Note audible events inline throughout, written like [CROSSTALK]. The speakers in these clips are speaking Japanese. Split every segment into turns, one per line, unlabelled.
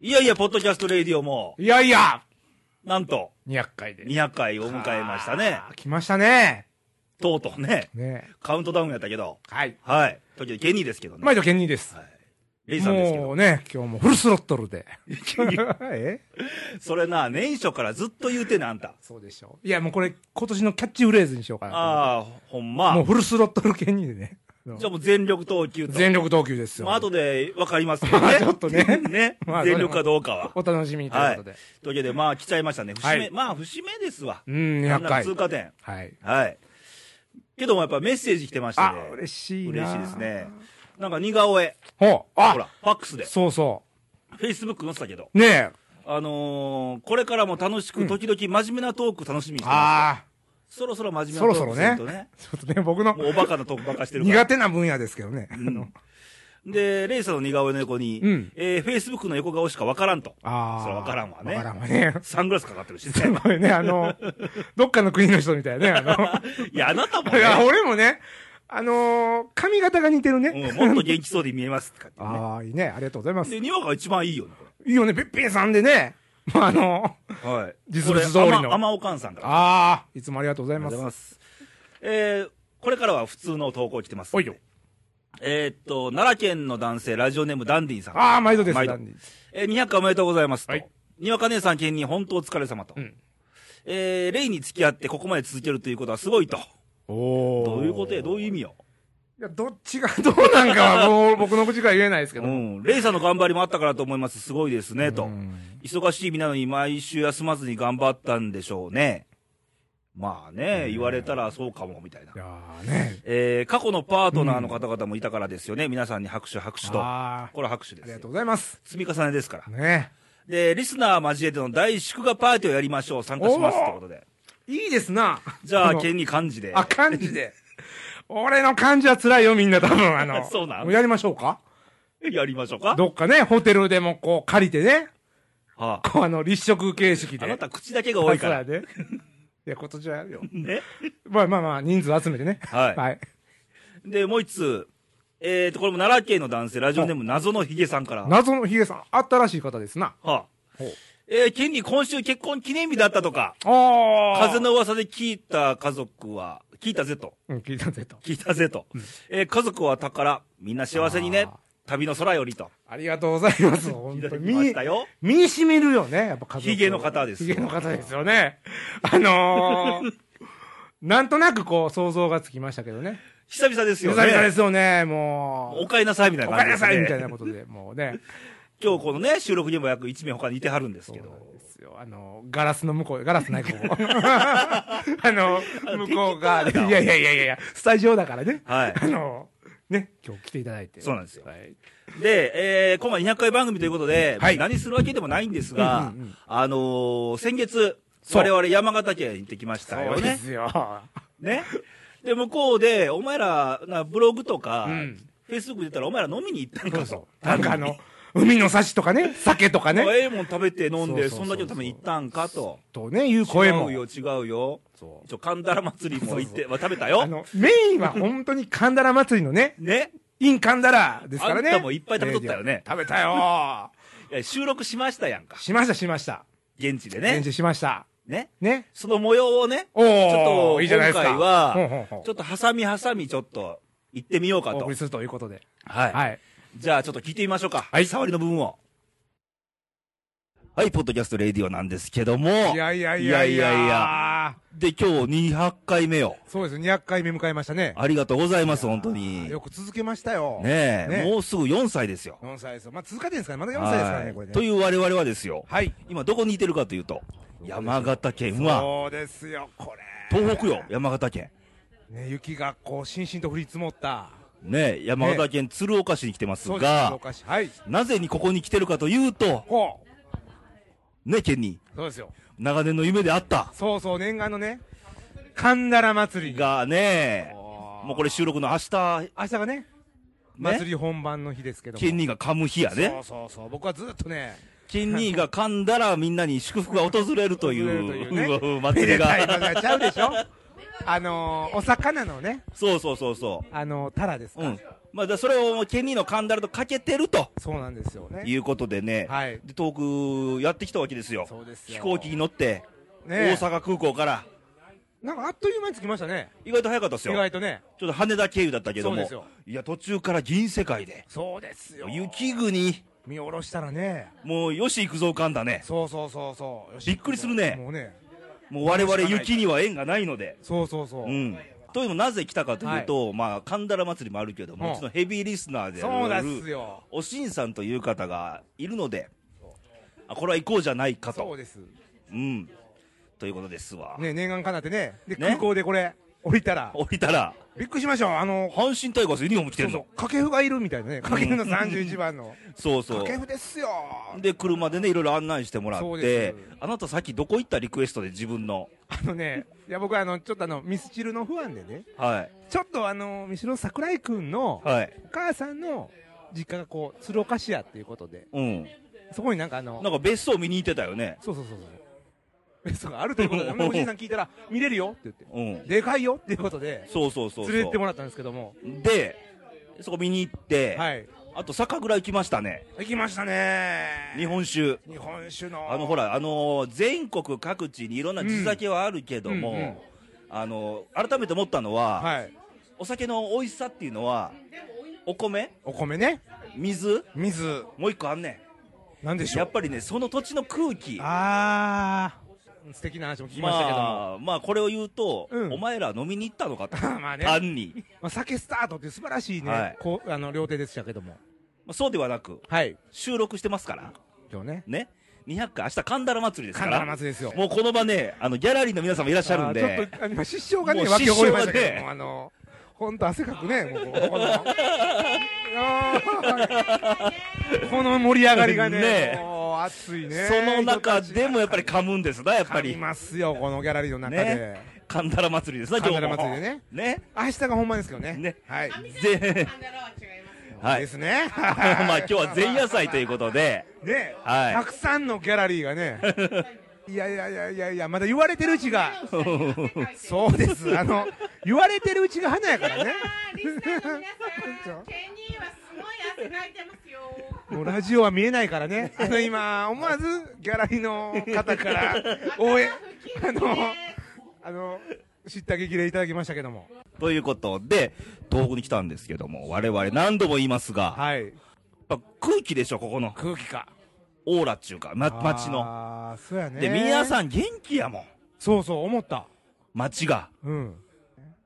いやいや、ポッドキャストレイディオも、
いやいや
なんと、
!200 回で。
200回を迎えましたね。
あー。来ましたね。
とうとうね、
ね
カウントダウンやったけど、
はい。
はい。時々ケニーですけどね。
毎度ケンニーです。
レイさんですけ
も
ど。
うね、今日もフルスロットルで。 [LAUGHS] え
それな、年初からずっと言うてね、あんた。
そうでしょう。いや、もうこれ、今年のキャッチフレーズにしようかな
ああ、ほん
と。もう
ま。
フルスロットルケンニーで
[LAUGHS]
ね。あの
じゃあもう全力投球と。
全力投球ですよ。
まあ後でわかりますけ
[LAUGHS]
どね。
ちょっとね
ね
[LAUGHS] まあ。それ
全
は
力かどうかは。
お楽しみということで。
というわけで、まあ来ちゃいましたね。節
は
目、
い
まあ節目ですわ。
うん、200回
通。過点。
はい。
はい。けどもやっぱメッセージ来てました
あ
ね。、
嬉しいな。
嬉しいです。ね。なんか似顔絵。
ほう、
ほら
あ、
ファックスで。
そうそ
Facebook 載ってたけど。
う。ねえ。
あのー、これからも楽しく、時々真面目なトーク楽しみにしてます。
ああ、
そろそろ真面目
そろ
なト
そ
ー
ろ
クする
ね
とね。。
ちょっとね、僕の
もうおバカなトークばっかしてるから
苦。手な分野ですけどね。あの
で、レイさんの似顔絵の横に、
うん
えー、Facebook の横顔しかわからんと。
ああ。
それ分からんわね
分からんわね。
サングラスかかってるしね。
[LAUGHS] すごいね、あの、どっかの国の人みたいね、あの。
い [LAUGHS] や、あなたも
いや、
ね、
俺もね、あのー髪型が似てるね。
うん、もっと元気そうで見えますとかってね。
ああ、いいね。ありがとうございます。い
で、にわかが一番いいよね、こ
いよね、べっぺんさんでね。まあ、あの
れ。はい。
実物通りの
これあまおかんさんから。あ
ああ、いつもありがとうござい
り
ま
がと
す。
うございます。えー、これからは普通の投稿来てます。
おいよ。
えーっと、奈良県の男性、ラジオネームダンディンさん。
ああ、毎度です。
毎度
ダンディ
えー、200回おめでとうございますと。
はい
にわか姉さん、県に本当お疲れ様と。
うん
えー、レイに付き合ってここまで続けるということはすごいと。
おお。
どういうことや、どういう意味よ。
いや、どっちがどうなんかは、もう僕の口から言えないですけど。
うん。レイさんの頑張りもあったからと思います。すごいですね、と
う。ん。
忙しい身なのに毎週休まずに頑張ったんでしょうね。まあね、言われたらそうかも、みたいない
やーね。
えー過去のパートナーの方々もいたからですよね。皆さんに拍手、拍手と。
あー
これは拍手で
あ
す
りが
よ。
とうございます。
積み重ねですから。
ね
で、リスナー交えての大祝賀パーティーをやりましょう。参加します。
おー
ってことで。
いいですな。
じゃあ、
の
県に漢字で。、
あ、漢字で。俺の漢字は辛いよ、みんな多分。あの
[LAUGHS] そうなん
もやりましょうか
[LAUGHS] やりましょうか。
どっかね、ホテルでもこう借りてね、
はあ、
こうあの、立食形式で。
あなた口だけが多いか
あ
ら。
そうやで。いや、今年はや
[LAUGHS]
るよ。
ね。
まあまあまあ、人数集めてね。
はい
はい。
で、もう一つ。えーと、これも奈良県の男性、ラジオネーム謎のヒゲさんから。は
謎のヒゲさん、あったらしい方ですな。
あ
ほう。
えー、県に今週結婚記念日だったとか。
あ
風。の噂で聞いた家族は、聞いたぜと。
うん、聞いたぜと。
聞いたぜと。えー家族は宝。みんな幸せにね
あー。
旅の空よりと。
ありがとうござい
[LAUGHS]
ます。
い
本
た
当
だき
に。
ま
身
したよ。
身にしみるよね、やっぱ家族。
ヒゲの方です
ヒゲの方ですよね。あ
[LAUGHS]
のー、なんとなくこう、想像がつきましたけどね。
久々です
久
よね。
々ですよね、もう。
おかえりなさいみたい
お
な
か
感
え
じで
りな
す、
さいみたいなことで、もうね。
今日このね、収録にも約1名他にいてはるんですけど。
そうなんですよ。あの、ガラスの向こう、ガラスない、ここ。 [LAUGHS] あの、向こうが、い
適当なんだ
やいやいやいやいや、スタジオだからね。
はい
あの、ね、今日来ていただいて。
そうなんですよ
はい。
で、えー、今回200回番組ということで、
はい
何するわけでもないんですが、
うんうんうん
あのー先月、
そう
我々山形県行ってきました
そ
よ
うで
ね。
すよ。
ね。で、向こうで、お前ら、なブログとか、
うん
フェイスブック出たら、お前ら飲みに行ったんか
そう
と。
そう。 [LAUGHS] なんかあの、海の幸とかね、酒とか
もう
ね、
ええもん食べて飲んで、そ
そうそうそうそうん
だけのために行ったんかと。
とね、いう声
違
も
う。よ、違うよ。
そう
一応、神田ら祭りも行って、
そ
まあ食べた
あ
よ。
の、メインは本当にカンダラ祭りのね、
ね。
インカンダラですからね。
あんたもいっぱい食べとったよね
食べたよ。
いや収録しましたやんか。
しました、しました。
現地で
返
ね。
事しました。
ね。
ね。
その模様をね、
おー
ちょっと
いいじゃないですか
今回は
ほうほうほう
ちょっとハサミハサミちょっと行ってみようか
お
と
送り。するということで。
はい
はい。
じゃあちょっと聞いてみましょうか。
はい
触りの部分を。はい、ポッドキャストレディオなんですけども。
いやいやいやいや
い
い
やい
や。
で、今日200回目を。
そうです、200回目迎えましたね。
ありがとうございます、本当に。
よく続けましたよ。
ねえ、
ね
もうすぐ4歳ですよ。
4歳ですよ。まあ、続かてんですからねまだ4歳ですから
は
ね、
い
これね。
という我々はですよ。
はい。
今どこにいてるかというと、山形県は、
そうですよ、これ。
東北よ、山形県。
ね、雪がこう、しんしんと降り積もった。
ねえ、山形県鶴岡市に来てます
そうです
が
お、かしい。はい。
なぜにここに来てるかというと、
こ
ね、県に、
う。そうですよ。
長年の夢であった、
そうそう、念願のね、神田ら祭りが。
がね、
も
もうこれ収録の明日、
明日がね、祭り本番の日ですけども。
県にが噛む日や
そ
ね
う。そうそう。僕はずっとね、
県にが噛んだらみんなに祝福が訪れるとい、
訪れるといううね
うん祭り
[LAUGHS] めでたい
が、
ことがちゃうでしょあのー、お魚のね、
そうそうそうそ
あのー、タラです
う。
か、
うん。まあ、だそれをケニーのカンダルとかけてると
そうなんですよね。
いうことでね、
はい。
で遠くやってきたわけですよ。
そうですよ
飛行機に乗って、
ね
大阪空港から。
なんかあっという間に着きましたね。
意外と早かったです
意
よ。
外とね。
ちょっと羽田経由だったけど
そうで
も
すよ。
いや、途中から銀世界で。
そうですよ。
雪国。
見下ろしたらね。
もう、よし行くぞ感だね。
そうそうそうそう。よし
びっくりするね
もうね。
もう我々雪には縁がないので。
そうそうそう。
うん。というのもなぜ来たかというと、まあ、神田ら祭りもあるけども、
う
うんちのヘビーリスナーで
そう
あ
で
る
すよ。
おしんさんという方がいるので、あこれは行こうじゃないか
そう
と。
です。
うん。ということですわ。
ね、念願かなってね。で、
ね
空港でこれ、降りたら、
降りたら、
びっくりしましょう。あの、
阪神タイガースユニフォーム着て
そうんそ
の。
う、掛布がいるみたいなね。掛布の31番の。
そうそう
掛布ですよ。
で、車でね、いろいろ案内してもら
そう
っ
で
て
す、
あなたさっきどこ行ったリクエストで自分の。
あのね、いや僕あの、ちょっとあの、ミスチルの不安でね、
はい。
ちょっとあの、ミスチルの桜井くんの、
はい。
お母さんの実家がこう、鶴岡市屋っていうことで、
うん。
そこになんかあの、
なんか別荘見に行ってたよね。
そう
[LAUGHS]
そうそうそう。別荘があるということで、おじいさん聞いたら、見れるよって言って、
うん。
でかいよっていうことで、
そうそうそうそう。
連れてってもらったんですけども、
で、そこ見に行って、
はい。
あと酒蔵行きましたね。
行きましたね
日本酒。
日本酒の。
あの、ほら、あのー全国各地にいろんな地酒はあるけども、
うんうんうん
あのー改めて思ったのは、
はい。
お酒の美味しさっていうのは、お米、
お米ね。
水、
水。
もう一個あんね
なんでし
ん。や
ょ
っ
う。
ぱりね、その土地の空気。
あー。素敵な話も聞きましたけども。
あ、まあ、これを言うと、
うん
お前ら飲みに行ったのかと。
[LAUGHS] まあね
単に。
まあ、酒スタートっていう素晴らしいね、
はい
こう、あの、料亭でしたけども。
まあ、そうではなく、
はい。
収録してますから、
今日ね。
ね。200回、明日神田ら祭りですか
神
ら。
田の祭りですよ。
もうこの場ね、あの、ギャラリーの皆さんもいらっしゃるん
あーちょっ
で、
と、あ今、失笑がね、
もう
湧き起こりました
失
け
笑
ど
が
も、あの、ほんと汗かくね、もう、ここの。あーこの盛り上がりがね、
ねえ
もう熱いね。
その中でもやっぱり噛むんですな、やっぱ
あり
り。
ますよ、このギャラリーの中で。
ね神田ら祭りですな、今日も。
神田ら祭りでね。
ね。
明日が本番ですけどね。
ね
はい。
で、は
で
い。
すね。
[LAUGHS] まあ今日は前夜祭ということで、
[LAUGHS] ね、
はい
たくさんのギャラリーがね、いやいやいやいやいや、まだ言われてるうちが、そうです、あの、言われてるうちが花やからね、
リスナーの皆さん、ケニーはすごい汗かいてますよ。
もうラジオは見えないか
[LAUGHS]
らね、あの今、思わずギャラリーの方
[LAUGHS]
から応援、あの、あの、知った激励いただきましたけども、
ということで、東北に来たんですけども、我々何度も言いますが、
はい、
やっぱ空気でしょ、ここの。
空気か、
オーラっちゅうか、ま、街の。
あーそうやね、
で、皆
ん、
さん元気やもん。
そうそう、思った、
街が。
うん、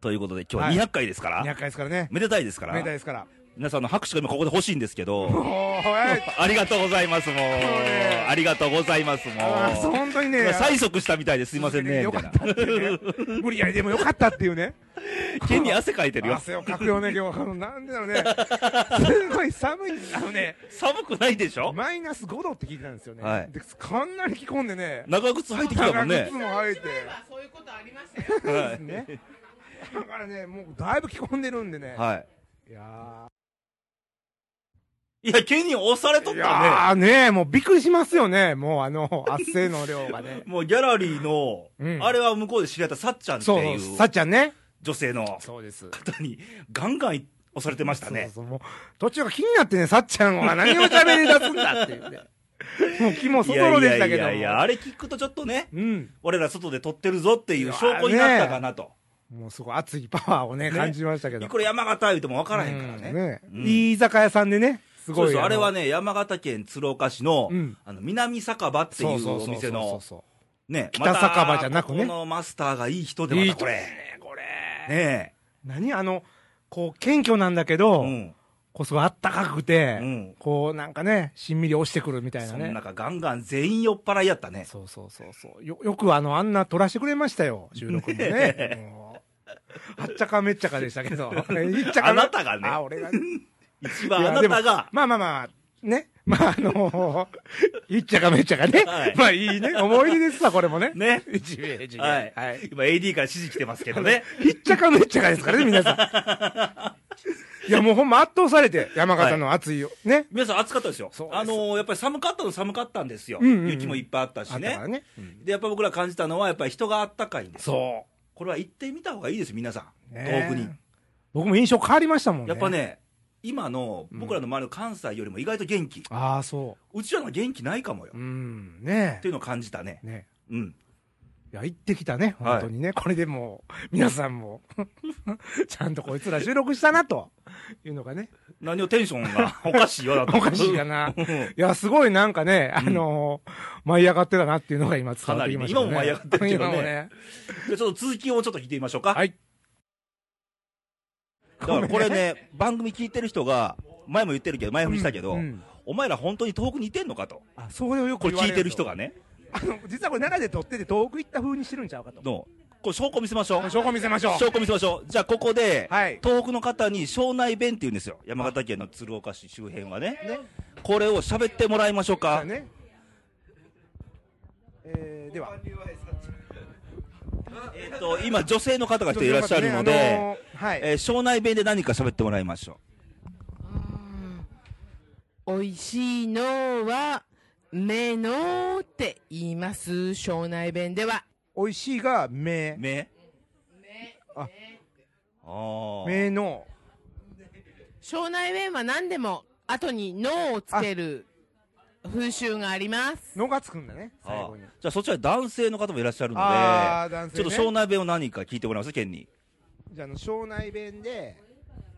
ということで、今日は200回ですから、
200回ですからね、
めでたいですか
めでたい
ら、
ですから、
皆さんの拍手が今ここで欲しいんですけ
[LAUGHS]
ど、
おー、
ありがとうございます、もう
ね。
ありがとうございます、もう。
あーそう本当にね、
催促したみたいですいませんね、
よ
み
か
たいな。
ったっていう
[LAUGHS]
ね。無理やりでもよかったっていうね。
毛に汗かいて
[LAUGHS]
るよ。
汗をかくよね、今日は。あのなんでだ
[LAUGHS]
ろうね。すごい寒い。あのね、
寒くないでしょ
マイナス5度って聞いてたんですよね。
はい
で、かなり着込んでね。
長靴履いてきたもん
長
ね
靴。も履いて。
はそういうことありましたよ。
は
ですね。だからね、もうだいぶ着込んでるんでね。、
はい
や
い。いや、毛に押されと
ー。
っ
い
た
やーね、もうびっくりしますよね。もうあの、汗の量がね
ね。。もうギャラリーの、
うん
あれは向こうで知り合ったさっちゃんって
そう
い
そう、さっ
う
ちゃんね。
女性の
そうです。
方にガンガン押されてましたね。
そうそうそうもう途中が気になってね、さっちゃんは何を喋り出すんだっ
[LAUGHS]
ていうね。もう気もそ
い
ぞろ
やい
で
や
した
い
けども。
やいや、あれ聞くとちょっとね、
うん。
俺ら外で撮ってるぞっていう証拠になったかなと。
もうすごい熱いパワーをね、
ね
感じましたけど。
これ山形言うても分からへんから
う
ね。
ね
うん
いい居酒屋さんでね、す
そ
ご
う
い。
そう、あれは
ね、
ね、山形県鶴岡市の
うん、
あの、南酒場ってい
そう
う
そう
お
そう
店
そう
の、
そ
ね、
北酒場じゃなくね
またここのマスターがいい人
う。
でま
いい
た
と
こ
こ
れ。
れ。これ。
ね
何あの、こう、謙虚なんだけ
え。
ど、
うん。
こう、すごいあったかくて、
うん
こう、なんかね、しんみり落ちてくるみたいな
その
ね。
中ガンガン全員酔っ払いやったね。
そうそうそうそう。よ、よくあの、あんな撮らしてくれましたよ、収録もね。もうあっちゃかめっちゃかでした
[LAUGHS]
けど。いっちゃか
あなたがね
あ、俺が。
一
い
番
や
あなたが
でも、まあまあまあ、ね。まああのいっちゃかめっちゃかね。
はい
まあいいね。思い出ですわ、これもね。 [LAUGHS]
ね。
一名一名
はい。今 AD から指示来てますけどね。
いっちゃかめっちゃかですからね、皆さ
[LAUGHS]
ん。いや、もうほんま圧倒されて、山形の熱いよ。ね。
皆さん暑かったですよ
そう。です
あのーやっぱり寒かったの寒かったんですよ。
うんうんうん
雪もいっぱいあったし
あったから
ね。
ね。
で、やっぱ僕ら感じたのは、やっぱり人があったかいんです。
そ
これは行ってみた方がいいです、皆さん、
ね
遠くに。
僕も印象変わりましたもんね。
やっぱ。ね、今の僕らの周りの関西よりも意外と元気、
ああ、そう
ちらの方が元気ないかもよ、
う。う
っ
ん、ね
ていうのを感じたね
え。、ね
うん、
え。いや、行ってきたね、
はい
本当にね。これでもう、皆さんも、 [LAUGHS] ちゃんとこいつら収録したな、というのがね。
何をテンション
[LAUGHS]
がおかしいよだと、
おかしいかな
うん
いや、すごいなんかね、あのー舞い上がってたなっていうのが今伝わってきましたね。
かなりね今も舞い上がってるけどね
今もね。
でちょっと続きをちょっと聞いてみましょうか、
はい。
だからこれね、番組聞いてる人が、前も言ってるけど、前振りしたけど、
うんうん
お前ら本当に遠くにいてんのかと、
あ、それをよく
こ
言
れ
わ
聞
れ
いてる人がね、
あの、実はこれ中で撮ってて遠く行った風にしてるんちゃうかと。
のこれ証拠見せましょう。
証拠見せましょう。
証拠見せましょう。じゃあ、ここで、
はい。
東北の方に庄内弁って言うんですよ。山形県の鶴岡市周辺はね。
ね。
これを喋ってもらいましょうか。
ね。えー、では。
えっと、今、女性の方が一人いらっしゃるので、
あのーはい。
えー庄内弁で何か喋ってもらいましょ
美味しいのは、目のって言います、庄内弁では。
美味しいが
う。
目。
目
あ
あー
目の。
庄内弁は何でも、後にのをつける風習があります。
のがつくんだね。
あ
最後
ー
に。
じゃあ、そちら男性の方もいらっしゃるので、
あー男性ね
ちょっと庄内弁を何か聞いてもらいます県に。
じゃあ、あの、庄内弁で、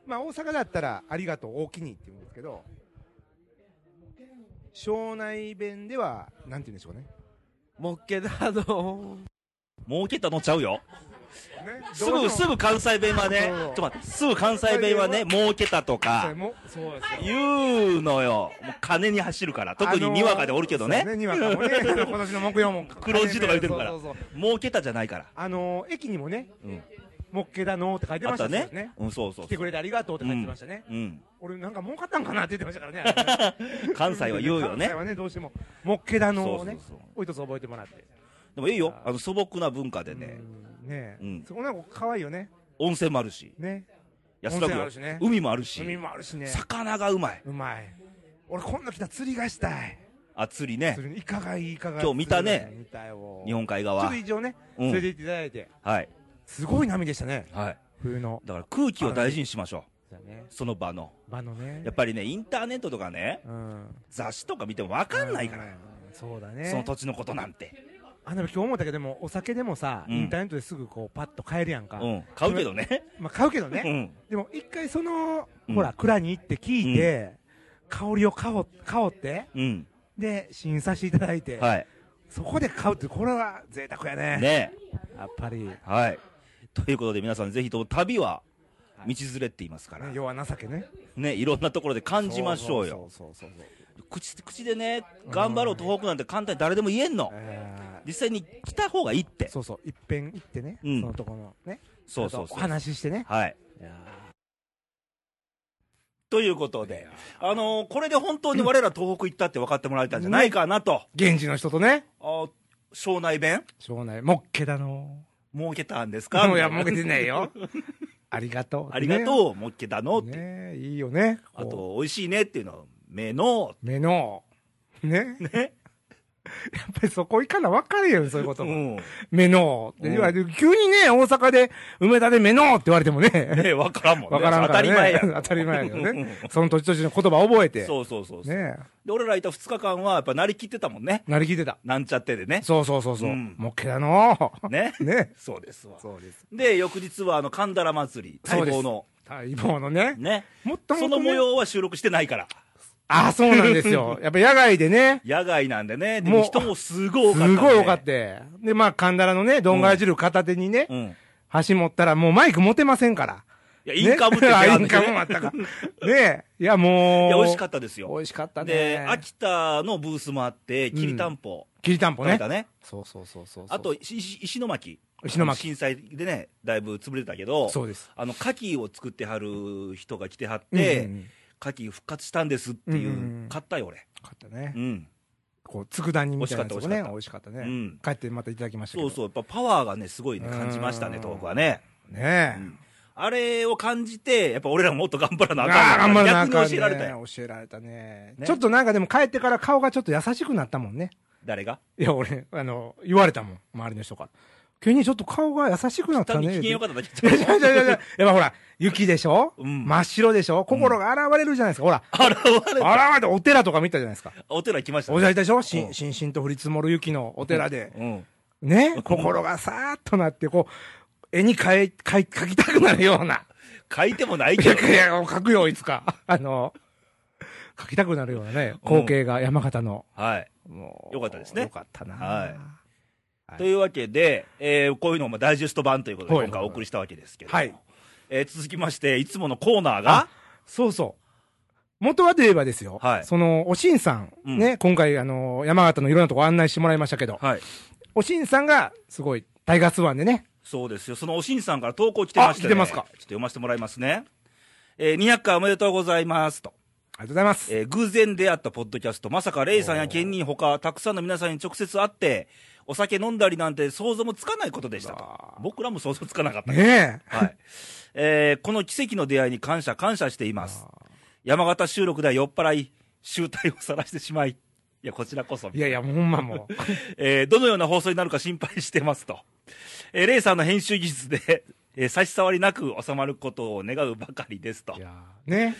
まあ、大阪だったら、ありがとう、大きにって言うんですけど、庄内弁では、なんて言うんでしょうね。
もっけだの。
儲けたのちゃうよ。
ね
すぐ、すぐ関西弁はね、ち
あそう
ょっと待って、すぐ関西弁はね、儲けたと
それ
か、
もそうですよ。
言うのよ。もう金に走るから。特ににわかでおるけど
あ
ね
の。ーそうですにわかもね、
[LAUGHS]
あの今年の目標も。
黒字とか言ってるから
そうそうそう
儲けたじゃないから。
あのー、駅にもね、
うん。
もっけだのーって書いて
あ
ま
っ
した
た
ね
ね。。うん、そうそう
来てくれてありがとうって書いてましたね。
うん。
俺なんか儲かったんかなって言ってましたからね。
関西は言うよ
関
ね
西。はね、どうしても。もっけだのーをね
そうそうそう、
おいとつ覚えてもらって。
でもいいよ。あの、素朴な文化でね
う、んね
う
え
ん。
そこなんか可愛いよね。
温泉もあるし、
ね。
安らく
温泉あ
よ
るしね。
海もあるし、
海もあるしね。
魚がうまい。
うまい。俺こんな来た釣りがしたい。
あ、釣りね
釣。りにイカがいい、イカが
今日見たね
見たよ。
日本海
ちょっ
側
と。一応ね、
う
連れ
ん。
て行っていただいて。
はい。
すごい波でしたね。
はい。
冬の。
だから空気を大事にしましょ
ね
う。。その場の。
場のね。
やっぱりね、インターネットとかね、
うん。
雑誌とか見てもわかんないか
う
ら。
ん。そうだね。
その土地のことなんて。
あ、でも今日思ったけど、でもお酒でもさ、
うん
インターネットですぐこう、パッと買えるやんか。
うん。買うけどね。
まあ買うけど
う
ね。
ん。
でも一回その、
うん
ほら、蔵に行って聞いて、香りを香お、香って、
[LAUGHS] うん。
で、審査していただいて、
はい。
そこで買うって、これは贅沢やね。
ね
やっぱり、ね、
はい。ということで皆さんぜひとも旅は道連れって言いますから。
要は情けね。
ね、いろんなところで感じましょうよ。
そうそうそうそう
口、口でね、頑張ろう東北なんて簡単に誰でも言えんの。
え
実際に来た方がいいっ
ー
て。
そうそう、一遍行ってね、
うん
そのとこのね、
そうそう
ち
そ
ょっとお
う。
話ししてね。
はい。ということで、あのーこれで本当に我ら東北行ったって分かってもらえたんじゃないかなと。
現地の人とね、
あー庄内弁
しょうがない。もっけだの。
儲けたんですか
[LAUGHS] いや、もっけてないよ。ありがと
[LAUGHS]
う。
ありがとう、儲けたのって。
ねいいよね。
あ
こう、
と、美味しいねっていうのは、目の、
目の、ね。 [LAUGHS]
ね。
やっぱりそこ行かな分かるよ、そういうこと
う
も。
ん。ね
目の、って言われて、急にね、大阪で、梅田で目のって言われてもね、
分からんもんね。
分からん
当
か
たり
ら
前
ね
や。。
[LAUGHS] 当たり前やけどね。その土地土地の言葉覚えて。
そうそうそうそう。
ね
で、俺らいた2日間は、やっぱなりきってたもんね。
なりきってた。
なんちゃってでね。
そうそうそうそうう。
ん
もっけだの。
ね。
ね。
[LAUGHS] そうですわ。
そうです。
で、翌日は、あの、神田ら祭り、待望の。
待望のね。
ね。
もっとも
そ
っと
の
ね
模。様は収録してないから。
あ、そうなんですよ。やっぱ野外でね、
野外なんでね。で
もう
人もすごい多
す
かった、ね。
ごい良かった。で、まあ、神田らのね、どんがら汁片手にね、
うん。い
箸持ったらもうマイク持てませんから。
や、インカムって
ねあ
出会うん
イン
でね
カムもあったか。
[LAUGHS]
ねえ。いや、もう。
いや、美味しか
っ
ったですよ。
美味しかったね。
で、秋田のブースもあって、きりたんぽ。
きりたんぽ
食べ
ね
た。ね。
そうそうそうそう。
あと、、石石石巻。
石巻。
震災でね、だいぶ潰れてたけど、
そうです。
あの、牡蠣を作ってはる人が来てはって、
うんうんうん
牡蠣復活したんですっていう、
うんうんうん
買ったよ、俺。
買ったね
う。ん。
こう、佃煮みたいなやつもね。
美
美味しかった
う
ね。
ん。
帰ってまたいただきましたけ
そ
ど。
うそう、やっぱパワーがね、すごいね、感じましたね、
うん
東北はね。
う。ね
う
え
ん。あれを感じて、やっぱ俺らももっと頑張らなあ
あ
かんね
あ
逆に教えられた
ね
よ。。
教えられたね
ね。
ちょっとなんかでも帰ってから顔がちょっと優しくなったもんね。
誰が
いや、俺、あの、言われたもん、周りの人から。急にちょっと顔が優しくなった
単に
ね。
機嫌良
い
かっただけち
やい
ゃ
やいやいややっぱほら、雪でしょ
う。うん。
真っ白でしょ心が現れるじゃないですか。ほら、
現れ
現
た。
れてお寺とか見たじゃないですか。
[LAUGHS] お寺来ました
お
ね。
寺いたでしょし
うん
ん、しんしんと降り積もる雪のお寺で。
うん。
ね心がさーっとなって、こう、絵に描い、描い描きたくなるような。
書いてもない
い
け
や [LAUGHS]
ど。
いや、描くよ、いつか。あの、描きたくなるようなね、光景が山形の。
はい。
も
よかったですね
よかったな。
はい
はい
というわけで、えーこういうのもダイジェスト版ということで、
はい
今回お送りしたわけですけども。
はい
えー続きまして、いつものコーナーが、
そうそう。元はといえばですよ。
はい
その、おしんさん、
うん
ね、今回、あの、山形のいろんなとこ案内してもらいましたけど、
はい。
おしんさんが、すごい、タイガースワンでね、
そうですよ。そのおしんさんから投稿来てまして、ね、
あ来てますか
ちょっと読ませてもらいますね。えー200回おめでとうございますと。
ありがとうございます。
えー偶然出会ったポッドキャスト、まさかレイさんやケンニーほか、たくさんの皆さんに直接会って、お酒飲んだりなんて想像もつかないことでしたと
あ。
僕らも想像つかなかった。
ね
はい。えーこの奇跡の出会いに感謝、感謝しています。山形収録では酔っ払い、集大を晒してしまい、いや、こちらこそ。
え。いやいや、もうほんまもう。
えーどのような放送になるか心配してますと。えーレイさんの編集技術で、えー差し障りなく収まることを願うばかりですと
い。やね。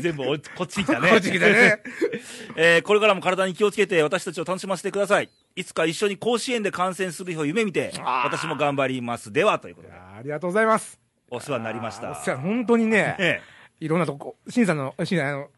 全部おこっち来たね。
[LAUGHS] こっち来たね。
[LAUGHS] えーこれからも体に気をつけて私たちを楽しませてください。いつか一緒に甲子園で観戦する日を夢見て、私も頑張ります。では、ということ
い
で、
やありがとうございます。
お世話になりました
あーお。世話本当
[LAUGHS]
にね、
ええ
いろんなとこ、しんさんの、しんあの、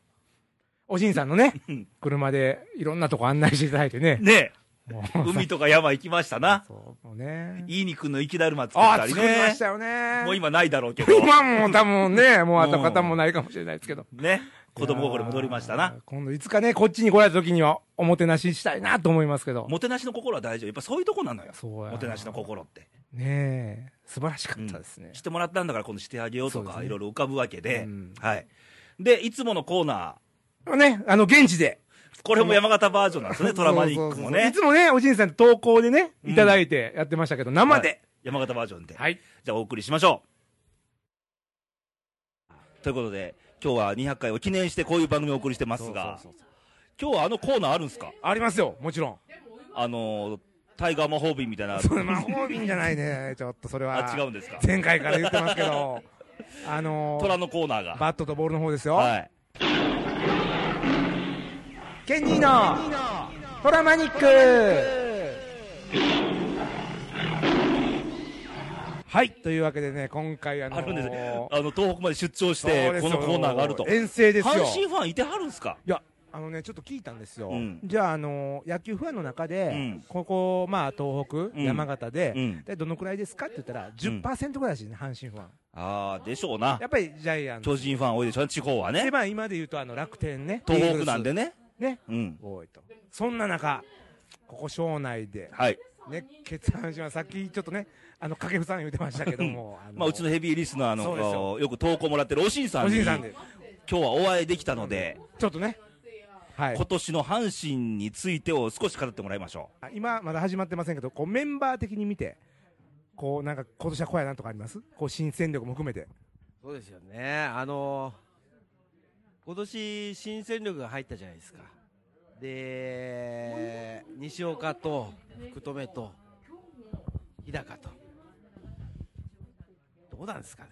おしんさんのね
うん、
車でいろんなとこ案内していただいてね。
ね
も
え、海とか山行きましたな。
そう、もうね。
いい肉の雪だるま作っ
あ
た
あ、
り
作りま
ね
し。たよね。
もう今ないだろうけど。
今もう多分ね、もうあった方もないかもしれないですけど。
ね。子供心戻りました
い
な
やー。。今度いつかね、こっちに来られた時には、おもてなししたいなと思いますけど。
もてなしの心は大丈夫。やっぱそういうとこなのよ。
そうや
もてなしの心って。
ねえ、素晴らしかったですね
し。てもらったんだから今度してあげようと
そうで
か、
すね
いろいろ浮かぶわけで
うん。
はい。で、いつものコーナー。
ね、あの、現地で。
これも山形バージョンなんですね、トラマニックもね。
そうそうそういつもね、おじいさんと投稿でね、
うん
いただいてやってましたけど、生
はい
で。
山形バージョンで。
はい。
じゃあお送りしましょう。ということで、今日は200回を記念してこういう番組をお送りしてますが、
そうそうそう
今日はあのコーナーあるんですか
ありますよ、もちろん。
あのー、タイガー魔法瓶みたいな。
それ魔法瓶じゃないね、ちょっとそれは。
あ、違うんですか
前回から言ってますけ
[LAUGHS]
ど、あの
虎
ー、
のコーナーが。
バットとボールの方ですよ。
はい。
ケニーのトラマニックはいというわけでね今回あの
あ
ー
るんですね。あの、東北まで出張し
そう
て
で、す
こ
よ
のコーナーがあると。
遠征ですよ
阪神ファンいてはるんすか
いやあのねちょっと聞いたんですよ、
うん
じゃああのー野球ファンの中で、
うん
ここまあ東北、
ん
山形で、
うん
でどのくらいですかって言ったら10%ぐらいらしいね、阪神ファン
ああ、でしょうな
や。っぱりジャイアンツ
巨人ファン多いでしょ、地方は
で
ね。
まあ今で言うとあの楽天ね
東北なんで
イーグ
ね。
ルスね
うん。
多いとそんな中ここ庄内で
はい。
ね、決断しまさっきちょっとね、あの、掛布さん言ってましたけど
[LAUGHS]
も、あの
まあ、うちのヘビーリスナーの
そうですよ
よく投稿もらってるおしんさん
お
に
じいさ
今
んで、
日はお会いできたので、
ちょっとね、はい
今。年の阪神についてを少し語ってもらいましょ
あ今、まだ始まってませんけど、こう、メンバー的に見て、こう、なんか、今年はこうやなとかありますこう、新戦力も含めて。
そうですよね。あの今年新戦力が入ったじゃないですか。で、西岡と福留と日高と。どうなんですかね。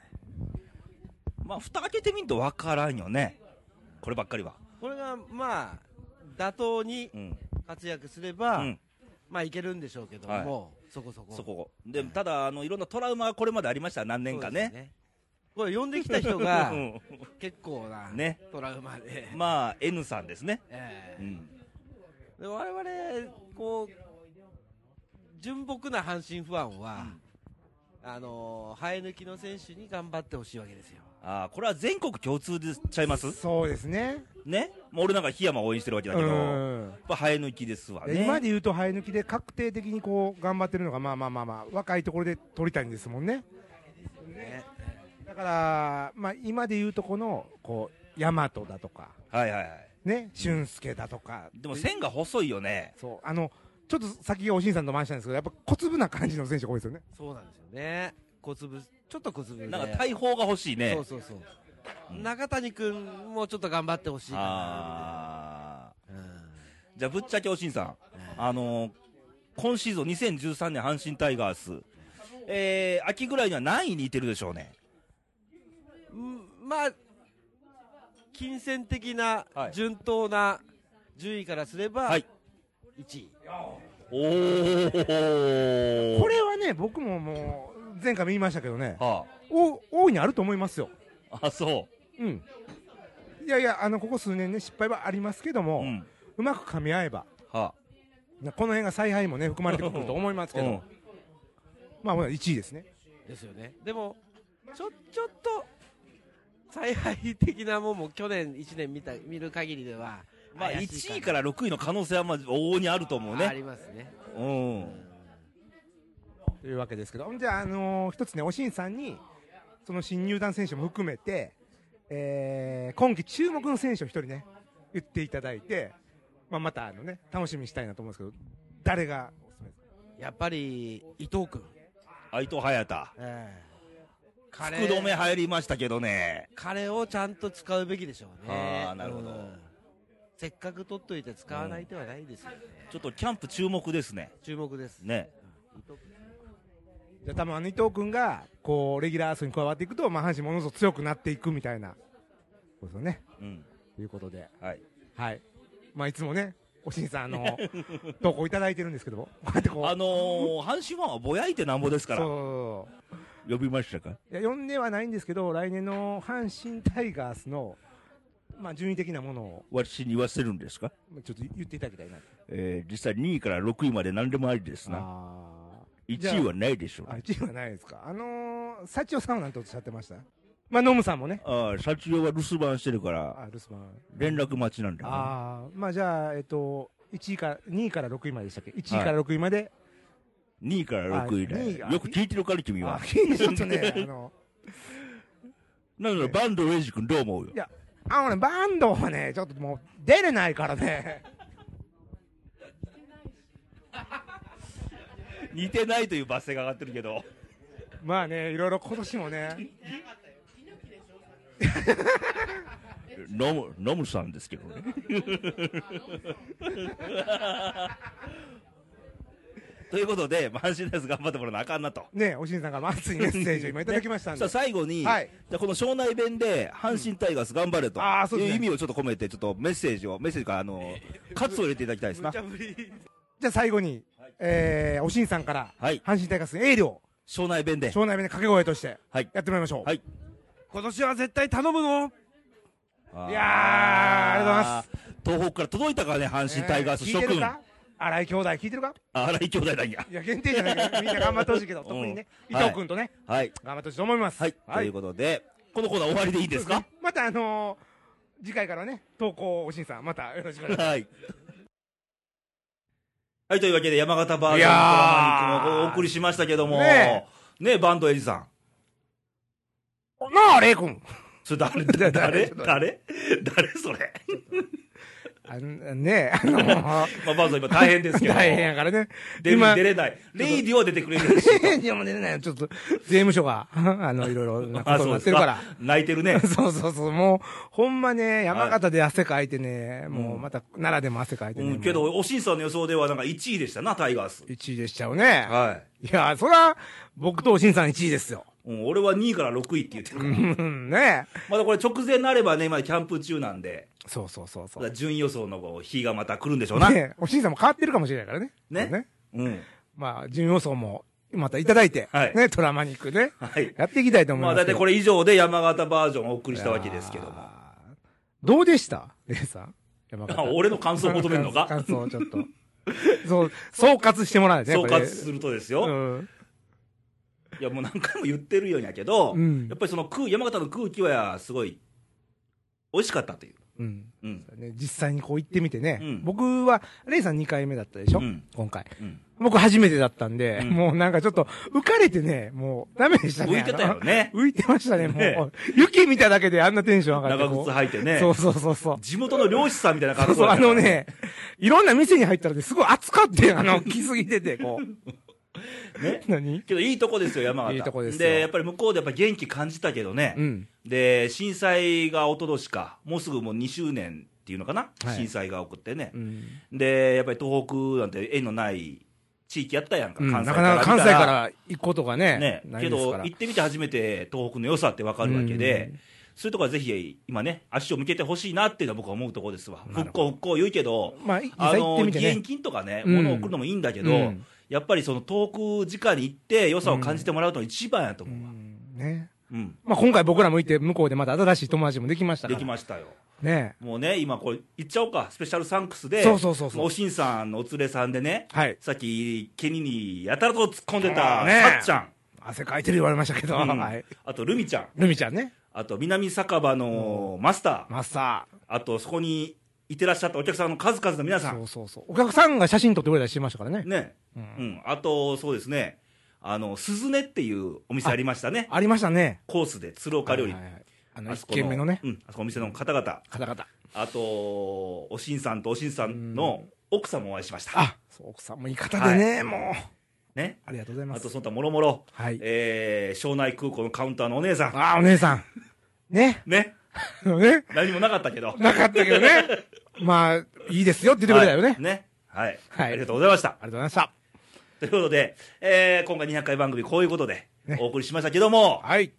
うまあ蓋開けてみると分からんよねこればっかりは
これが、まあ、妥当に
うん、
活躍すれ
う
ば、
ん、
まあいけるんでしょうけども、
はい
そこそこ。
そこでただあのいろんなトラウマがこれまでありました何年か
そうで
ね
すこれ呼んできた人 [LAUGHS] が
うん
結構な、
ね
トラウマで。
まあ N さんですね、
え
う
え
ん、
で我々こう純朴な阪神ファンは、あのー生え抜きの選手に頑張ってほしいわけですよ。
あーこれは全国共通でちゃいます
そうですね。
ねもう俺なんか檜山応援してるわけだ
う
けどやっ
ん。
ぱ生え抜きですわね
今で言うと、生え抜きで確定的にこう、頑張ってるのが、まあまあまあまあ、若いところで取りたいんですもんね。
ね、
だから、まあ、今で言うと、この、こう、大和だとか、
はいはいはい
ね、俊介だとか。
でも線が細いよね
そう、あの、ちょっと先がおしんさんと回したんですけど、やっぱ小粒な感じの選手が多いですよね。
そうなんですよね。小粒、ちょっと小粒で。
なんか大砲が欲しいね
そうそうそう。
うん
中谷君もちょっと頑張ってほしいかな
ああ
みたいな。うん
じゃあぶっちゃけおしんさんあのー今シーズン2013年阪神タイガース、えー、秋ぐらいには何位にいてるでしょうね。
うんまあ、金銭的な
はい
順当な順位からすれば、
はい
1位。
おー
これはね、僕ももう、前回も言いましたけどね、
は
お大いにあると思いますよ。
あ、あ、そ
うん。いやいや、あの、ここ数年ね、失敗はありますけど
う。
も、
う。
うんまく噛み合えば、
は
なこの辺が采配もね、含まれてくると思います
あ。
け
う
ど、
ん。
まあ、1位ですね。
ですよね。でも、ちょ、ちょっと、采配的なもんも去年1年見た、見る限りでは、
まあ、
怪しい
1位から6位の可能性はまあ往々にあると思う
あ
ね。
りますね。
うん。
というわけですけど、ほんじゃあ、あのー一つね、おしんさんに、その新入団選手も含めて、えー今季注目の選手を一人ね、言っていただいて、まあ、またあのね、楽しみにしたいなと思うんですけど、誰がおすすめですか
やっぱり、伊藤君。
愛藤隼太。
え
福
彼
留入りましたけどね。
彼をちゃんと使うべきでしょうね。
あーなるほど
うんせっかく取っといて使わない手はないですよね。
ちょっとキャンプ注目ですね。
注目です。
ね。
伊藤君
じゃあ、多分あの伊藤君が、こう、レギュラー数に加わっていくと、まあ、阪神ものすごく強くなっていくみたいな、ことですよね。
うん。
ということで、
はい。
はい。まあ、いつもね、おしんさん、あの、投稿いただいてるんですけども、 [LAUGHS] こうやってこう、
あのー、阪神ファンはぼやいてなんぼですから。
そう。
呼びましたか
いや、呼んではないんですけど、来年の阪神タイガースの、まあ、順位的なものを、
私に言わせるんですか
まあちょっと言っていただきたいな。
えー、実際2位から6位まで何でもありですな。
あじゃあ
1位はないでしょう
あ。。あ、1位はないですか。あのー、幸代さんはなんておっしゃってましたまあ、ノムさんもね。
ああ、社長は留守番してるから、
あ、留守番。
連絡待ちなんだな。
ああ、まあ、じゃあ、えっと、1位から、2位から6位まででしたっけ ?1 位から6位まで。
2位から6位
あ二位
で。
が
よく聞いてるから君
あ
は。
ちょっ
[LAUGHS]
とね、あの、
なので、バンドウェイジ君どう思うよ
い。やあのね、バンドはね、ちょっともう、出れないからね。 [LAUGHS]
似てないという罵声が上がってるけど。
まあね、いろいろ今年もね、
ノム、ノムさんですけどね。 [LAUGHS] ということで、阪神です頑張ってもらわなあかんなと。
ね、おしんさんから熱いメッセージを今いただきましたん
さ
で
あ。最後に、
はい
じゃあこの庄内弁で阪神タイガース頑張れと
うんあーそうで
い
す
う
ね
意味をちょっと込めて、ちょっとメッセージを、メッセージから、あの、喝を入れていただきたいですな。
じゃあ最後に、えー、おしんさんから、
はい。
阪神タイガースにエールを、
庄内弁で。
庄内弁で掛け声として、
はい
やってもらいましょう。
はい。
今年は絶対頼む
い
の
やーありがとうござい
東
ます
北から届いたからね、阪神タイガース
え聞い
諸
てる
君。
か新井兄弟聞いてるか
あ荒井兄弟なんや。
いや、限定じゃないけど、みんな頑張ってほしい
[LAUGHS]
けど、
ん
特にね、伊
はい
藤君とね、
はい。
頑張ってほしいと思います。
はい。ということで、このコーナー終わりでいいですか
またあのー、次回からね、投稿をおしんさん、またよろしくお願いしま
[LAUGHS] はい。はい、というわけで山形バージョンの
いや
ド
ー
ラマにお送りしましたけども、ね
ね
え、バンドエリさん。 [LAUGHS]
す。なあ、レイ君。
それ誰、 [LAUGHS] 誰、誰
誰
誰それ。
あの、ねあのー、
まあ、バンド今 [LAUGHS] 大変ですけど。
大変やからね。
出る
今
出れない。レイディは出てくれ [LAUGHS] るし。
[LAUGHS] いや、もう出れないよ。ちょっと、税務署が、 [LAUGHS] あの、いろいろなことになってるから。
泣いてる [LAUGHS] ね。
[LAUGHS] そうそうそう、もう、ほんまね、山形で汗かいてね、もうまた、奈良でも汗かいて
う
ね。
ん、けど、おしんさんの予想ではなんか1位でしたな、タイガース。
1位でしちゃうね。。
はい
や、そら、僕とおしんさん1位ですよ。
い。うん、俺は2位から6位って言ってるから。
うん、ね
まだこれ直前になればね、今キャンプ中なんで、
そうそうそうそ
まだ
う。
順位予想の日がまた来るんでしょうな。ね。
ねおしんさんも変わってるかもしれないからね。
うん。
まあ、順予想も、またいただいて、
はい
ね、トラマニックね。
はい
やっていきたいと思い
ま
ま
あ
す。
大体こ
れ
れ以上で山形バージョンをお送りしたわけですけど
[LAUGHS]
も。
どうでしたレイさん。山
あ俺の感想を求めるのか
[LAUGHS] 感想をちょっと。そう、総括してもらう
[LAUGHS]
ね。
総
これ
括するとです
う
よ。
ん。
いやもう何回も言ってるようやけど、
うん
やっぱりその空、山形の空気はすごい美味しかったという。
うん。
うん。
ね、実際にこう行ってみてね、
うん
僕は、レイさん2回目だったでしょ、
うん
今回。
うん。
僕初めてだったんで、
うん
もうなんかちょっと浮かれてね、もうダメでしたね。
浮いてたよね
あの浮いてましたね、もう。
ね
雪見ただけであんなテンション上がって
長
こう
靴履いてね。
そうそうそうそう。
地元の漁師さんみたいな
そ
格
うそ
好
う、
だ
あ
ったから
の。ね、いろんな店に入ったらね、すごい暑かって、
[LAUGHS]
あの、来すぎてて、こう。
ね
何
けどいいとこですよ、山形。
いいとこですよ
で、やっぱり向こうでやっぱ元気感じたけどね。
うん。
で、震災が一昨年か、もうすぐもう2周年っていうのかな、
はい
震災が起こってね
う、ん。
で、やっぱり東北なんて縁のない地域やったやんか、
うん
関西
な
か
からなか関西か
見
ら行くことが
たら
ね
ね、
ない
け
です
ど
から
行ってみて初めて東北の良さって分かるわけで、
うん
そういうところはぜひ今ね、足を向けてほしいなっていうのは僕は思うところですわ、
なる
復
ほ
興、復興言うけど、
まあい実
あ
際行って
の
みて
義援
ね
金とかね、
うん
物を送るのもいいんだけど、
うん
やっぱりその遠く直に行って、良さを感じてもらうのが一番やと思うわ、
うんね
うん、
まあ今回僕らも行って向こうでまた新しい友達もできましたか
で
ら
きましたよ。
ね
もうね、今これ、行っちゃおうか、スペシャルサンクスで、
そうそうそうそう
もおしんさんのお連れさんでね、
はい
さっき、ケニにやたらと突っ込んでた、
あーね
さっちゃん、
汗かいてる言われましたけど、
うん
はい
あとルミちゃん、
ルミちゃんね
あと南酒場のマスター、
マスタ
あとそこにいてらっしゃったお客さんの数々の皆さ
ーそ
ん、
うそうそうお客さんが写真撮ってくれたりしてましたからね
ね、
う
うんん、あとそうですね、あの、鈴音っていうお店ありましたね、
ありましたね
コースで鶴岡料理
はい。はいはいあの
あそ
一
こ
軒目のね
うん、あそこお店の方々、
方々
あと、おしんさんとおしんさんの奥様もお会いしました。
あそう奥さんもいい方でね、
はい
もう
ね、
ありがとうございま
あと
す
その他もろもろ、
はい
えー庄内空港のカウンターのお姉さん、
ああお姉さんね
ね、
ね
何もなかった
[LAUGHS]
けど、
なかったけ
[LAUGHS]
どねまあいいですよって言ってくれたよね、
はいねはい、
はい
ありがとうございました。
ありがとうございました
ということで、えー今回200回番組、こういうことで
ね
お送りしましたけども、
はい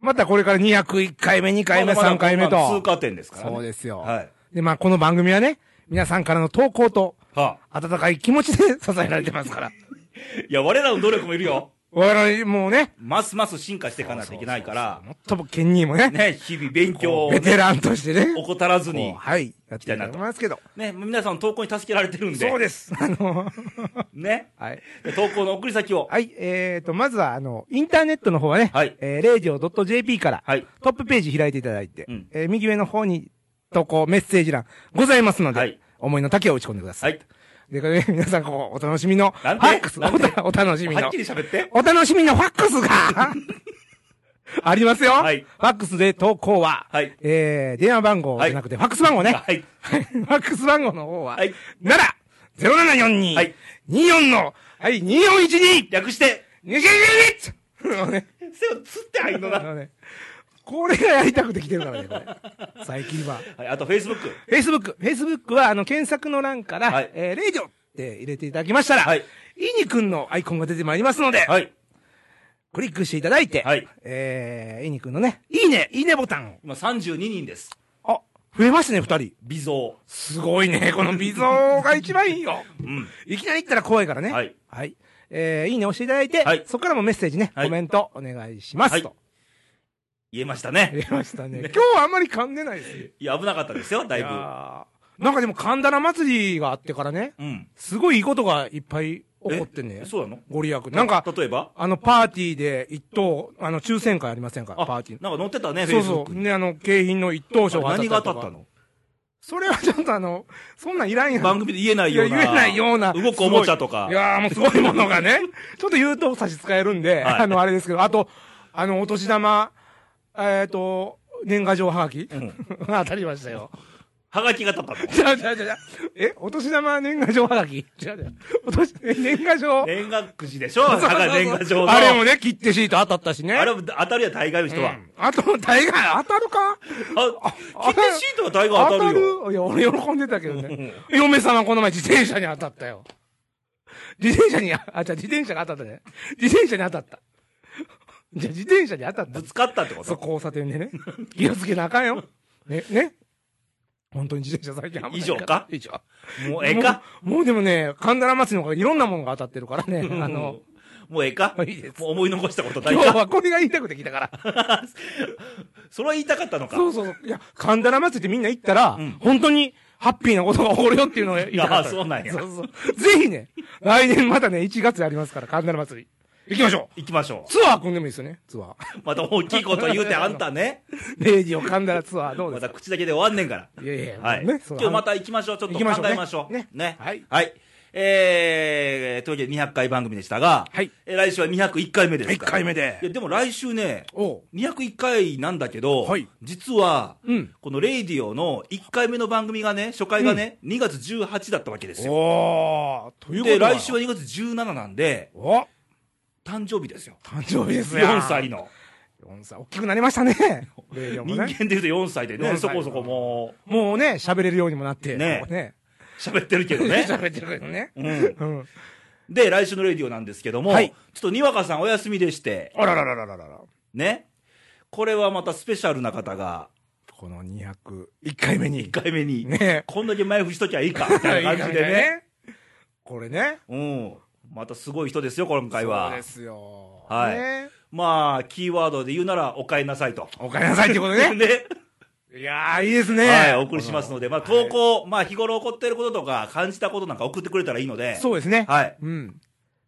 またこれから201回目2回目
まだまだ
3回目
こんなの
と
通過点ですからね。
そうですよ、
はい
でまあこの番組はね皆さんからの投稿と
は
温かい気持ちで [LAUGHS] 支えられてますから
あ、いや、我らの努力もいるよ。
我々もうね
ますます進化していかなきゃいけないから、
もっともケンニーもね
ね、日々勉強を
ベ
ね、
テランとしてね
怠らず
こ
に
う、はいやっていきたいと思いますけど
ね、皆さんの投稿に助けられてるんで、
そうです [LAUGHS]
[LAUGHS]
あの
ね、
はい
で投稿の送り先を、
はい、えーと、まずは、あの、インターネットの方はね、
はい
えー、radio.jp から、
はい
トップページ開いていただいて、
うん
えー右上の方に投稿、メッセージ欄ございますので、
はい
思いの丈を打ち込んでくださ。
はいい、
で、これ、ね、皆さん、こう、お楽しみの、フ
なん
ァ
て
ックス、お
なんて
たお楽しみ
はっ
の
き、り喋って。
お楽しみのファックス
[LAUGHS]
が、ありますよ、
はい
ファックスで投稿は、
はい
えー、電話番号じゃなくて、ファックス番号ね。
はい
ファックス番号の方は、
はい
なら、0742、
はい
24の、はい、2412、
略して、
ニュギュギュギュッね
背をつって入んの
あ
な。
のねこれがやりたくて来てるからね、これ。最近は。
[LAUGHS] はい、あと、フェイスブック。
Facebook。Facebook は、あの、検索の欄から、
はい
えー、レイジョって入れていただきましたら、
はい
イニくんのアイコンが出てまいりますので、
はい。
クリックしていただいて、
はい
えー、イニくんのね、いいね、いいねボタン
今32人です。
を。あ、増えましたね、二人。
微増。
すごいね、この微増が一番いいよ。
うん。
いきなり行ったら怖いからね。
はい。
えー、いいね押していただいて、
はい
そこからもメッセージね、
はい
コメントお願いします、
はい
と。
言えましたね。
入れましたね。今日はあんまり噛んでないですよ。
いや、危なかったですよ、だい
い
ぶ。
やーなんかでも、神田ら祭りがあってからね、
うん。
すごいいいことがいっぱい起こってんね
え。そうなの
ご利益。なんか、
例えば
あの、パーティーで一等、あの、抽選会ありませんか、
あ
パーティーの。
なんか載ってたね、フェイ
そう
スブッ
そ
ク
う。
に。
ね、あの、景品の一等賞が
あれ何
当
が
た
当
った
た
り
った
とか。
の
それはちょっとあの、そんなんいらんやん。
番組で言えない
い
よ
や、
うな。
言えないような。
動くおもちゃとか
すごいい。やーもうすごいものがね、 [LAUGHS] ちょっと言うと差し支えるんで、
はい
あの、あれですけど、あと、あの、お年玉、えっ、と、年賀状はがき、
ん
[LAUGHS] 当たりました
[LAUGHS]
よ。
はがきが当たったの。
じゃあじゃあじゃあじゃあえ、お年玉年賀状はがき違う違う。お年、年賀
[LAUGHS]
状。
年賀くじでしょはが年賀状の。
あれもね、切手シート当たったしね。
あれも当たるや、大概の人は。
あと、大概当たるか
あ、切手シートは大概当たるよ。
いや、俺喜んでたけどね。嫁さんはこの前自転車に当たったよ。自転車に、あ、じゃあ自転車が当たったね。自転車に当たった。じゃあ自転車に当たった
ぶ。つかったってこ
そう、
と
交差点でね。気をつけなあかんよ。ね、ね。本当に自転車最近あんまり
以上か
以上。
もうええか
もうもうでもね、神田ら祭りの方がいろんなものが当たってるからね。あの、
もうええか
もういいです
もう思い残したことない
今日
か
はこれが言いたくて来たから。
それは言いたかったのか。
そうそうそう。いや、神田ら祭りってみんな行ったら、
ん
本当にハッピーなことが起こるよっていうのを言いたかった。
いやそうなんや
そうそうぜひね、来年またね、1月ありますから、神田ら祭り。行きましょう
行きましょ
ツアー組んでもいいですよね、ツ [LAUGHS] アー。
う。また大きいこと言うて、あんたね。
レイディオ神田らツアーどうで
ます
か
た口だけで終わんねんから。
いやいや、
はい。
ね、
今日ま
た。
た行きましょう。ちょっと
行
考
きましょうね
えましょう。ね
ね。
はい
い。
えー、というわけで200回番組でしたが、
はい
えー来週は201回目ですから。
1回目で
いや、でも来週ね、
おう
201回なんだけど、
はい
実は、
うん
このレイディオの1回目の番組がね、初回がね、2月18だったわけですよ。
おー、ということ
で、来週は2月17なんで、
お
誕生日ですよ。
誕生日ですよ。
4歳。の。
4歳。大きくなりました [LAUGHS] ね。レイディオも
人間
ね。
で言うと4歳でね、
4歳
そこそこも
もうね、喋れるようにもなって。
ね
ね。 [LAUGHS]
う、喋ってるけどね。
喋ってるけどね。
うん。
うん。
で、来週のレディオなんですけども、
はい
ちょっとにわかさんお休みでして、
あららららららら。
ね。これはまたスペシャルな方が、
この201回目
1
に。
回目に、
ね
こんだけ前振りしときゃいいか、みたいな感じでね。。
これね。
うん。またすごい人ですよ、今回は。
そうですよ。
はい
ね
まあ、キーワードで言うなら、お帰りなさいと。
おかえりなさいってこと
[LAUGHS]
ね。
ね。
いやー、いいですね。
はい、お送りしますので、まあ、投稿、まあ、日頃起こっていることとか、感じたことなんか送ってくれたらいいので、
そうですね。
はい。
うん。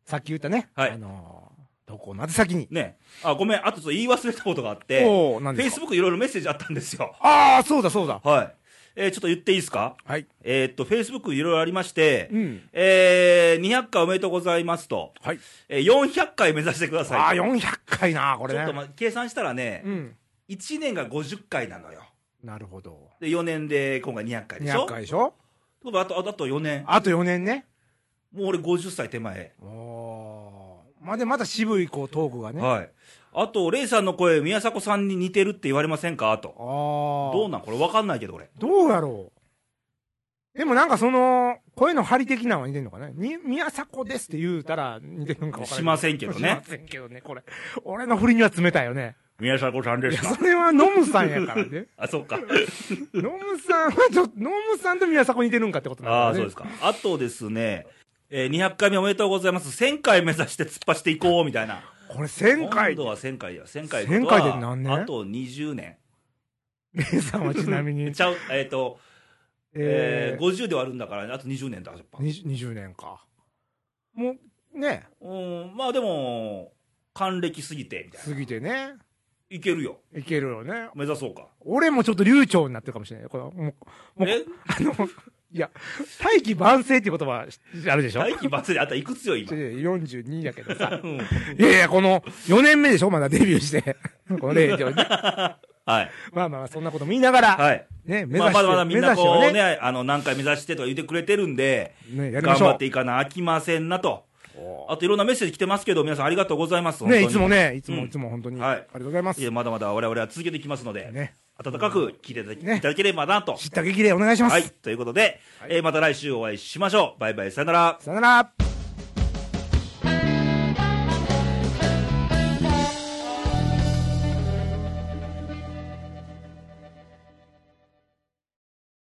さっき言ったね。
はい
あのー、投稿の宛先に。
ね。あ、ごめん、あとちょっと言い忘れたことがあって、
おー何ですか
Facebook いろいろメッセージあったんですよ。
ああ、そうだそうだ。
はい。えーちょっと言っていいですか
はい。
えーっと、Facebook いろいろありまして、
うん
えー、200回おめでとうございますと、
はい。
えー400回目指してください。
ああ、400回な、これ
ちょ
ね。
っと、ま、計算したらね、
うん。
1年が50回なのよ。
なるほど。
で、4年で今回200回でしょ
200回でしょ
ってことはあと、あとあと4年。
あと4年ね。
もう俺50歳手前。
おーまあ、で、また渋い、こう、トークがね。あ
はい。あと、レイさんの声、宮迫さんに似てるって言われませんかと。
あ。
どうなんこれ分かんないけど、俺。
どうやろう。でもなんかその、声の張り的なのは似てんのかねに、宮迫ですって言うたら似てるんかわからない
しませんけどね
しませんけどね、これ。俺の振りには冷たいよね。
宮迫さんで。
いや、それはノムさんやからね
[LAUGHS] あ、そうか。
ノムさんはちょっと、ノムさんと宮迫似てるんかってことなんだ
あ
よ
あ、
ね。
そうですか。あとですね、えー200回目おめでとうございます。1000回目指して突っ走っていこう、みたいな。
これ1000
今
回
度。は1000回や。1000回
1000回で何年
あと20年。
レイさんはちな
[LAUGHS]
みに。
ちゃう、えっ、と、えー
えー、
50で割るんだから、あと20年だ、やっぱ。
20 20年か。もう、ね、
うん、まあでも、還暦すぎて、みたい
過
な。
ぎてね、
いけるよ。
いけるよね。
目指そうか。
俺もちょっと流暢になってるかもしれないよ。この、もう、もう
え
あの、いや、大器晩成っていう言葉あるでしょ
大器罰であったらいくつよ、今。
?42 やけどさ。
[LAUGHS] うん
いやいや、この4年目でしょまだデビューして。 [LAUGHS] この0ね。
はい。
まあまあまあ、そんなことも言いながら、
はい。
ね、目
まあ、
指
ま
して、
だまだみんなこう
目指
ね、
して
あの、何回目指してとか言ってくれてるんで、
ねね、やりま
頑
しょ
張
う
って。いかなあきませんなと。あといろんなメッセージ来てますけど、皆さんありがとうございます。
ね、い
本
つ
当に
も。ね、いつ
う
も
ん
いつも本当に、
はい
ありがとうございます
い。や、まだまだ我々は続けていきますので、
ね、
温かく聞いていただき
ね
いただければなと。
知った激励お願いします。
はい。ということで、えーまた来週お会いしましょう。バイバイ、さよなら。
さよなら。